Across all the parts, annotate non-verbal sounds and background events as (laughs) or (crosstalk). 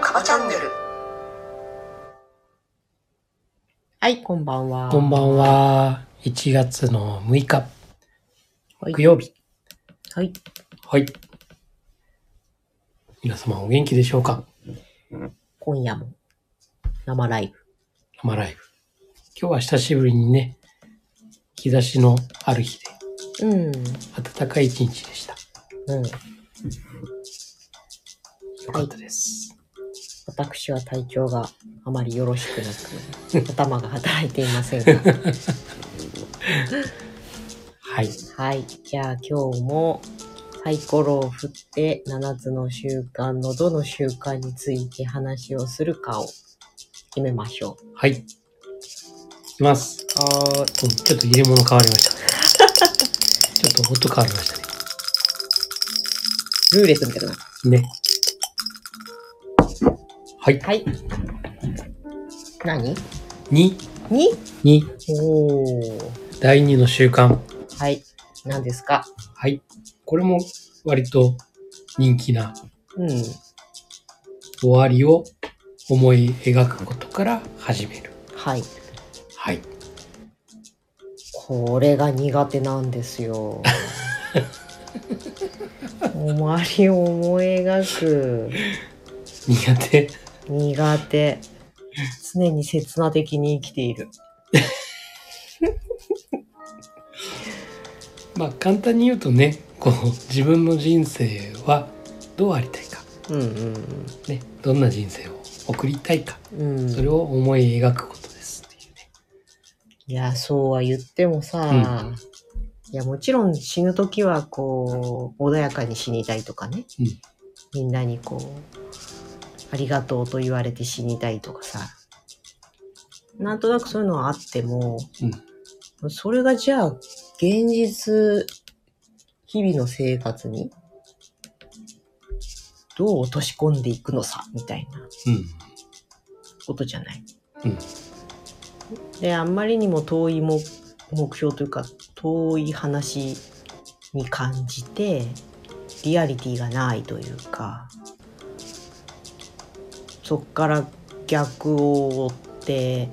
カバチャンネルはい、こんばんは。こんばんは。1月の6日、はい木曜日。はい。はい。皆様お元気でしょうか今夜も生ライ生ライブ。今日は久しぶりにね、日差しのある日で、ブ。うん。暖かい一日でした。うん。よかったです。私は体調があまりよろしくなく、頭が働いていません (laughs) が。はい。はい。じゃあ今日もサイコロを振って7つの習慣のどの習慣について話をするかを決めましょう。はい。いきます。はうんちょっと入れ物変わりました。ちょっと音変わりましたね。ルーレットみたいな。ね。はい。はい。何2、に2、おー。第2の習慣。はい。何ですかはい。これも割と人気なうん。終わりを思い描くことから始める。はい。はい。これが苦手なんですよ。終わりを思い描く苦手。 (laughs) 苦手常に刹那的に生きているまあ簡単に言うとね、こう自分の人生はどうありたいか、うんね、どんな人生を送りたいか、うんうん、それを思い描くことですっていうね。いやそうは言ってもさ、うんいやもちろん死ぬ時はこう穏やかに死にたいとかね、うんみんなにこうありがとうと言われて死にたいとかさなんとなくそういうのはあっても、それがじゃあ現実日々の生活にどう落とし込んでいくのさみたいなことじゃない。うんであんまりにも遠いも目標というか遠い話に感じてリアリティがないというかそっから逆を追って、え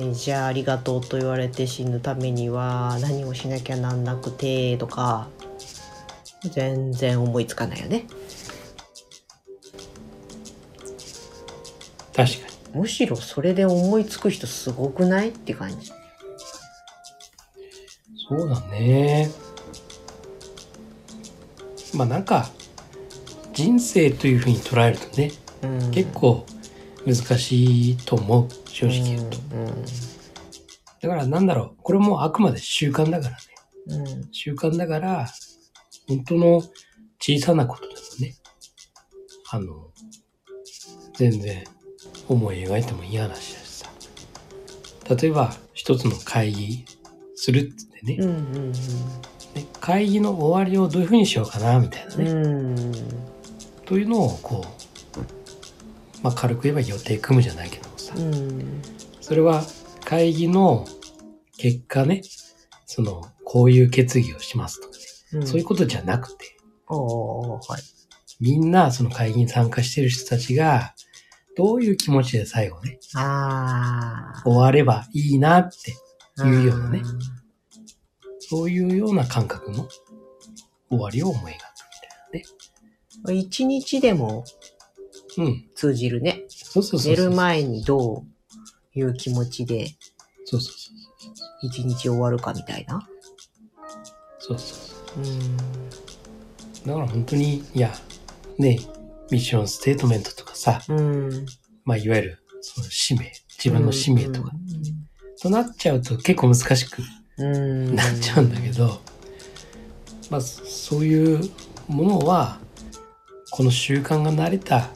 ーじゃあありがとうと言われて死ぬためには何をしなきゃなんなくてとか全然思いつかないよね。確かに。むしろそれで思いつく人すごくないって感じ。そうだね。まあなんか、人生というふうに捉えるとね、うん結構難しいと思う正直言うと、うだからなんだろうこれもあくまで習慣だからねんうんうん習慣だから本当の小さなことでもねあの全然思い描いてもいい話だしさ例えば一つの会議するっつってね,、うんね会議の終わりをどういうふうにしようかなみたいなうね、んというのをこう、まあ、軽く言えば予定組むじゃないけどもさ、うんそれは会議の結果ね、その、こういう決議をしますとかね、うんそういうことじゃなくて、ああはいみんなその会議に参加してる人たちが、どういう気持ちで最後ね、あ終わればいいなって、あいうようなねそういうような感覚の終わりを思い描くうん一日でもみたいな。うん。通じるねそうそうそうそう。寝る前にどういう気持ちでそうそうそう。一日終わるかみたいなそうそうそうんう。だから本当に、いや、ね、ミッションステートメントとかさ、うんまあ、いわゆる、その使命、自分の使命とか、となっちゃうと結構難しくうんなっちゃうんだけど、まあそそういうものはこの習慣が慣れた、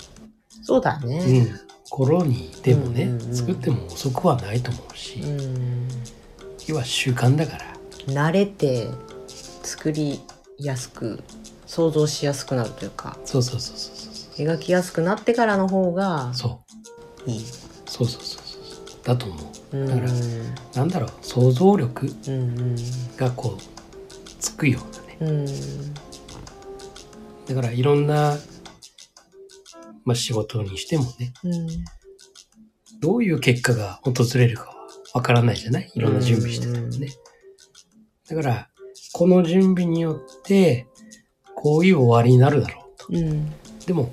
そうだうねん、頃にでもね、うんうんうん作っても遅くはないと思うし、うん要は習慣だから慣れて作りやすく想像しやすくなるというかそうそうそうそうそう描きやすくなってからの方がそういい。そうそうそうそうだと思う。うんだからなんだろう想像力うんうんがこうつくようなねうんだからいろんな、まあ、仕事にしてもねうんどういう結果が訪れるかはわからないじゃないいろんな準備してたもねだからこの準備によってこういう終わりになるだろうとうんでも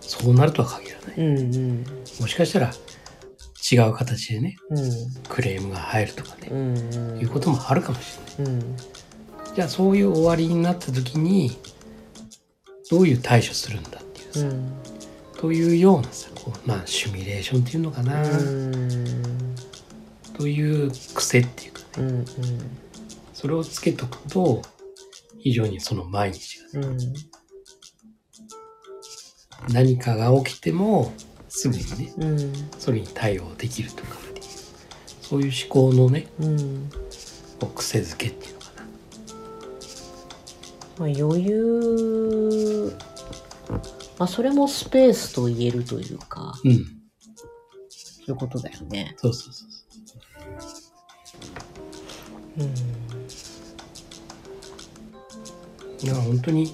そうなるとは限らないうんうんもしかしたら違う形でねクレームが入るとかねうんうんいうこともあるかもしれないうんじゃあそういう終わりになった時にどういう対処するんだっていううさ、んというようなさこうまあシミュレーションっていうのかな、うんという癖っていうかねうんそれをつけとくと非常にその毎日がねうんうん何かが起きてもすぐにねうんそれに対応できるとかっていうそういう思考のねうんこう癖づけっていうのかなまあ余裕まあそれもスペースと言えるというかうんそういうことだよねそうそうそうそうんうだから本当に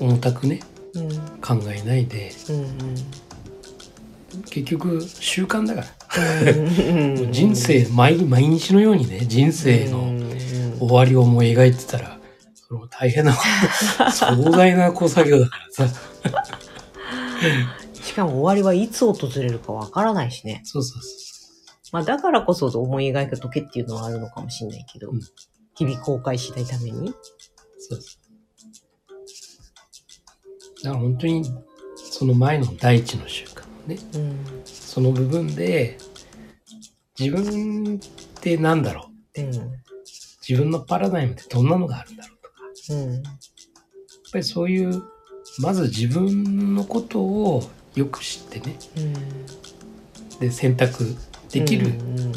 重たくねうん考えないでうん結局習慣だからうんうん人生毎毎日のようにね人生うんのうん終わりを思い描いてたらそれも大変な (laughs) 壮大なこう作業だからさしかも終わりはいつ訪れるかわからないしね。そうそうそまあだからこそ思い描いた時っていうのはあるのかもしれないけど、うん日々公開しないために。うそうそうだから本当にその前の第一の習慣ねうん。その部分で自分ってなんだろううん。自分のパラダイムってどんなのがあるんだろうとかうん。やっぱりそういうまず自分のことをよく知ってねうん。で選択できる、うん。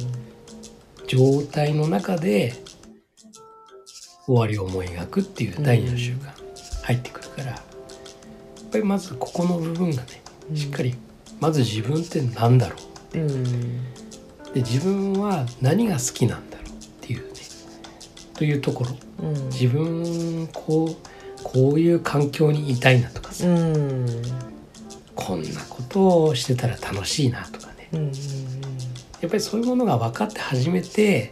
状態の中で終わりを思い描くっていう第二の習慣入ってくるから、やっぱりまずここの部分がねうんしっかりまず自分って何だろうん。うで自分は何が好きなんだろうっていうねというところうん。自分こうこういう環境にいたいなとかさ、うん。こんなことをしてたら楽しいなとかねうん。やっぱりそういうものが分かって初めて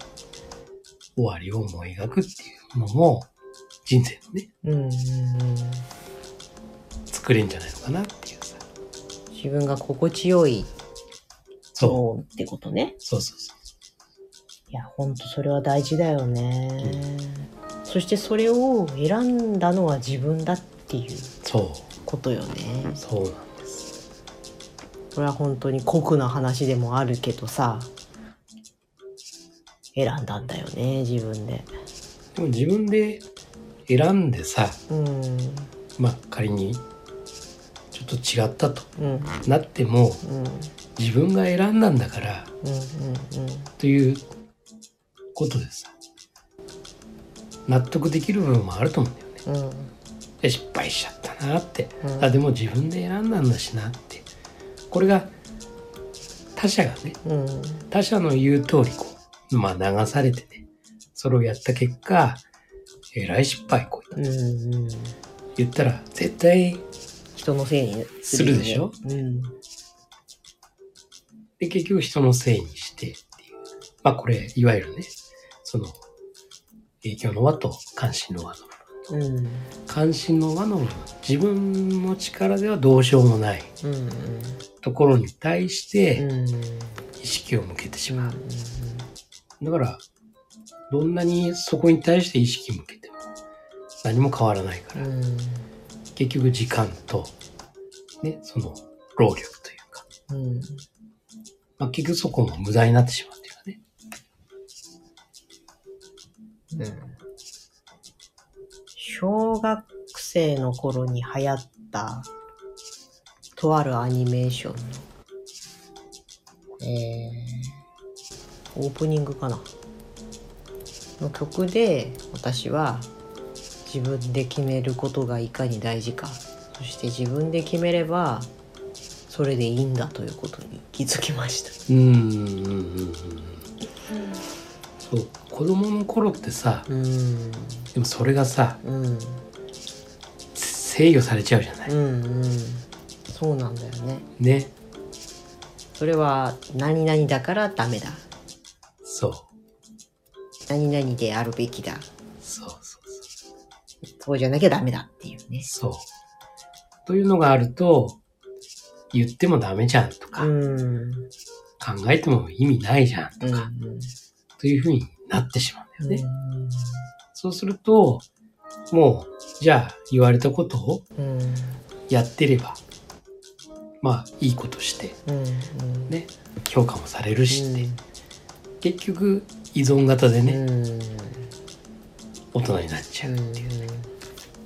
終わりを思い描くっていうのも人生のねうん。うん。作れんじゃないのかなっていうさ自分が心地よいそうそうってことね。そうそうそいや、ほんとそれは大事だよね。そしてそれを選んだのは自分だっていううそことよね。うそうなんですこれは本当に酷な話でもあるけどさ選んだんだよね自分ででも自分で選んでさうんまあ仮にちょっと違ったとうんうんなってもうん自分が選んだんだからうということでさ納得できる部分もあると思うんだよねんうんうんいや失敗しちゃったなってうんあでも自分で選んだんだしなってこれが他者がねうん他者の言う通りこうまあ流されてねそれをやった結果えらい失敗こううんうん言ったら絶対人のせいにするでしょうんで結局人のせいにしてっていうまあこれいわゆるねその影響の輪と関心の輪の部分うんうん関心の輪の部分自分の力ではどうしようもないうんところに対しうてん意識を向けてしまうだから、どんなにそこに対して意識向けても何も変わらないかうら、ん結局時間と、ね、その労力というか、うんまあ、結局そこも無駄になってしまうというかね。小学生の頃に流行った、とあるアニメーションの、えー、オープニングかなの曲で、私は自分で決めることがいかに大事か、そして自分で決めれば、それでいいんだということに気づきました。うんうんうんうんそう子供の頃ってさうん。でもそれがさうん。制御されちゃうじゃないうんうん。そうなんだよね。ねそれは何々だからダメだ。そう何々であるべきだ。そうそうそうじゃなきゃダメだっていうね。そうそうというのがあると言ってもダメじゃんとか、うん。考えても意味ないじゃんとか、というふうになってしまうんだよね、そうするともうじゃあ言われたことをうん。やってればまあいいことしてうん。ね評価もされるし、結局依存型でうん。ね、うん。大人になっちゃう、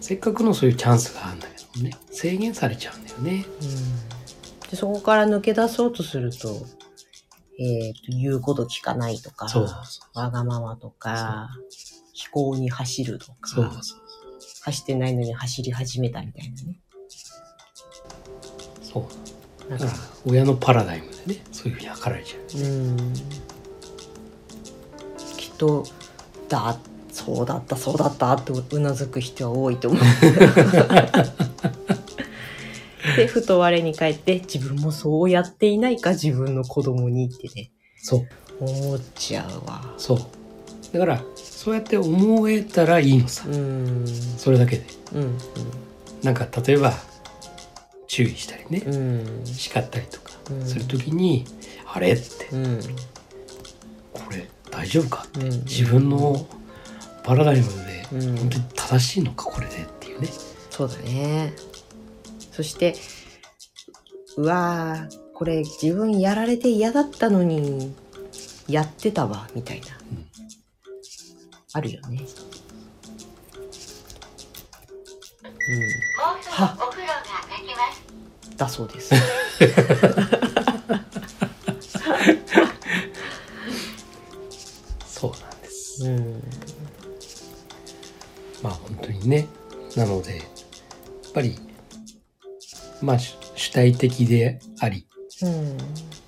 せっかくのそういうチャンスがあるんだけどもね制限されちゃうんだよねでそこから抜け出そうとすると、えーと、言うこと聞かないとか、そうわがままとか、飛行に走るとそうか、そう走ってないのに走り始めたみたいなね。そうなんだかから親のパラダイムでねそういうふうに図られちゃううんきっとだそうだったそうだったってうなずく人は多いと思う。 (laughs) でふと我に返って自分もそうやっていないか自分の子供にってねそう思っちゃうわ。そうだからそうやって思えたらいいのさ、うんそれだけでうんなんか例えば注意したりね、うんうん叱ったりとかうんする時に「あれ?」ってうん「これ大丈夫か?」うん自分のパラダイムでうん本当に正しいのかこれでっていうねそうだね。そして、うわー、これ自分やられて嫌だったのに、やってたわ、みたいな。うんあるよね。もうすぐお風呂ができます。うん、だそうです。そうなんですうん、まあ本当にねなのでやっぱりまあ主主体的でありうん、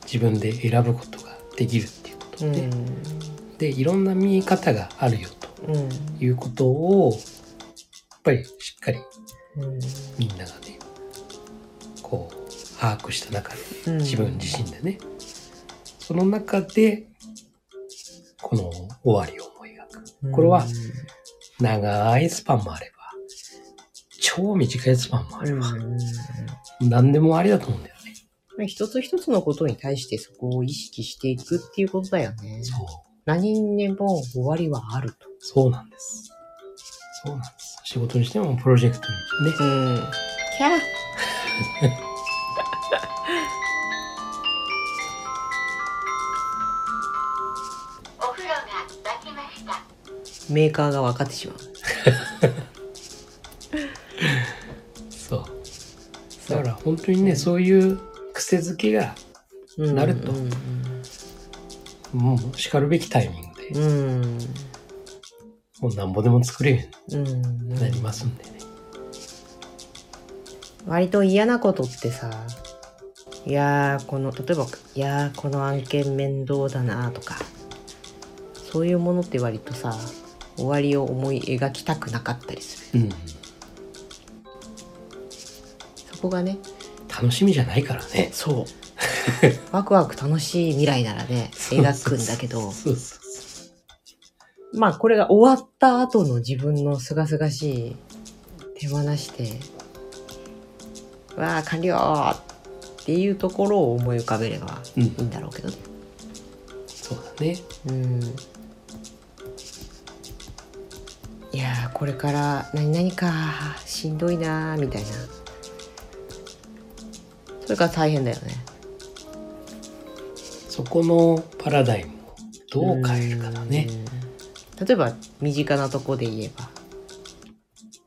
自分で選ぶことができるっていうことうで、ん、でいろんな見え方があるよとうん、いうことをやっぱりしっかりうん、みんながねこう把握した中でうん自分自身でね、その中でこの終わりを思い描くこれは長いスパンもあれば超短いスパンもあうれん、ば、うん何でもありだと思うんだよねまあ一つ一つのことに対してそこを意識していくっていうことだよね。そう何にでも終わりはあると。そうなんですそうなんです仕事にしてもプロジェクトにねうん。キャラお風呂が沸きました。メーカーが分かってしまう。そうだから本当にね、そういう癖づけがうんなるとうんもうしかるべきタイミングで、うん。もうなんぼでも作れるようん。うになりますんでね、割と嫌なことってさ、いやー、この、例えば、いやー、この案件面倒だなとか、そういうものって割とさ、終わりを思い描きたくなかったりすうん、る。そこがね、楽しみじゃないからねそう。ワクワク楽しい未来なら (laughs) ね、描くんだけど、そうそうそうまあこれが終わった後の自分のすがすがしい手放して、わあ、完了っていうところを思い浮かべればうんいいんだろうけどね。そうだねうん。いやーこれから何々かしんどいなーみたいなそれから大変だよねそこのパラダイムをどう変えるかだねうん例えば身近なとこで言えば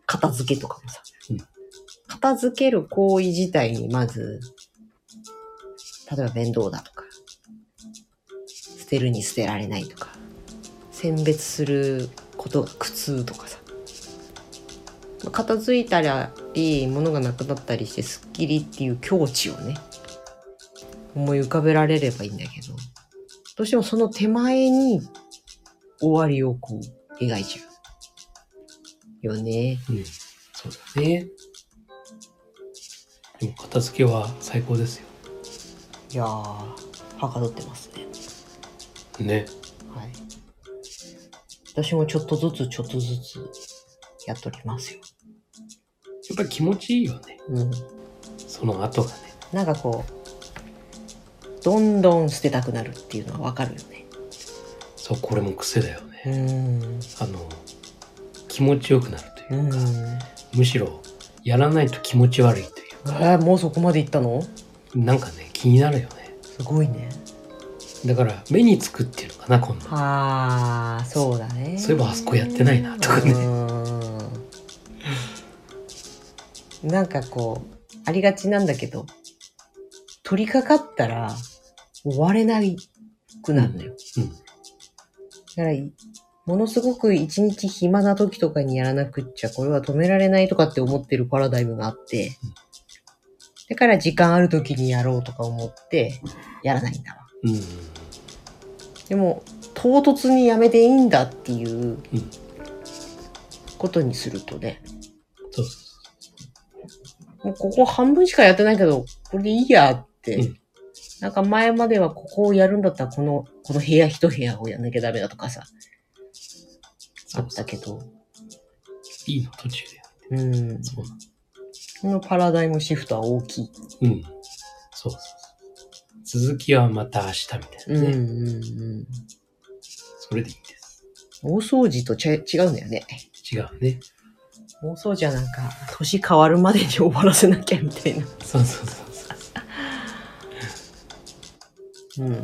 片付けとかもさ、うん片付ける行為自体にまず例えば面倒だとか捨てるに捨てられないとか選別することが苦痛とかさ片付いたり物がなくなったりしてすっきりっていう境地をね思い浮かべられればいいんだけど、どうしてもその手前に終わりをこう描いちゃう。よね。うん。そうだね。でも片付けは最高ですよ。いやー、はかどってますね。ね。はい。私もちょっとずつちょっとずつやっときますよ。やっぱり気持ちいいよね。うん。その後がね。なんかこう、どんどん捨てたくなるっていうのはわかるよね。そう、これも癖だよね。うん。あの、気持ちよくなるとういうか、ん。むしろやらないと気持ち悪いといえー、もうそこまで行ったのう、なんかね、気になるよね。すごいね。だから、目につくっていうのかな、今度。はあ、そうだね。そういえばあそこやってないなとかねうんなんかこう、ありがちなんだけど、取り掛かったら終われないくなるのよ。うんうんだから、いものすごく一日暇な時とかにやらなくっちゃ、これは止められないとかって思ってるパラダイムがあってうん、だから時間ある時にやろうとか思って、やらないんだわ。うん。でも唐突にやめていいんだっていううんことにするとね、そうそうそもうここ半分しかやってないけど、これでいいやって、うんなんか前まではここをやるんだったらこの、この部屋一部屋をやんなきゃダメだとかさ、あう。ったけど、いいの途中で。うん、そうなのこのパラダイムシフトは大きい。うん。そうそうそう。続きはまた明日みたいなね。うん。それでいいんです。大掃除とちゃ違うんだよね。違うね。大掃除はなんか、年変わるまでに終わらせなきゃみたいな。そうそうそうそう。うん。ま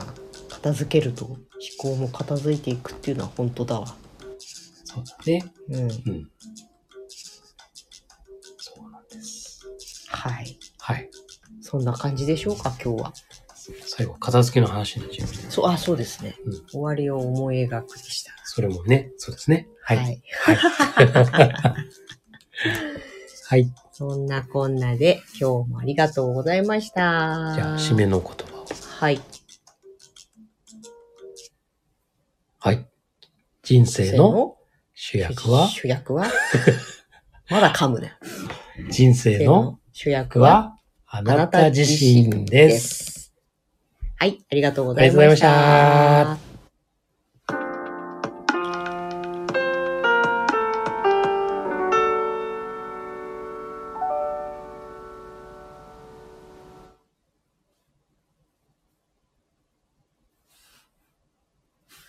あ、片付けると思考も片付いていくっていうのは本当だわ。そうだね。うん。うん。そうなんです。はい。はい。そんな感じでしょうか、今日は。最後、片付けの話になっちゃいました。そう、あ、そうですね。うん終わりを思い描くでした。それもね、そうですね。はい。はい。はい、そんなこんなで、今日もありがとうございました。じゃあ、締めの言葉を。はい。はい。人生の主役は、主役はまだ噛むね。人生の主役主役はは、あなた自身です。はい、ありがとうございまありしがとうございまたし。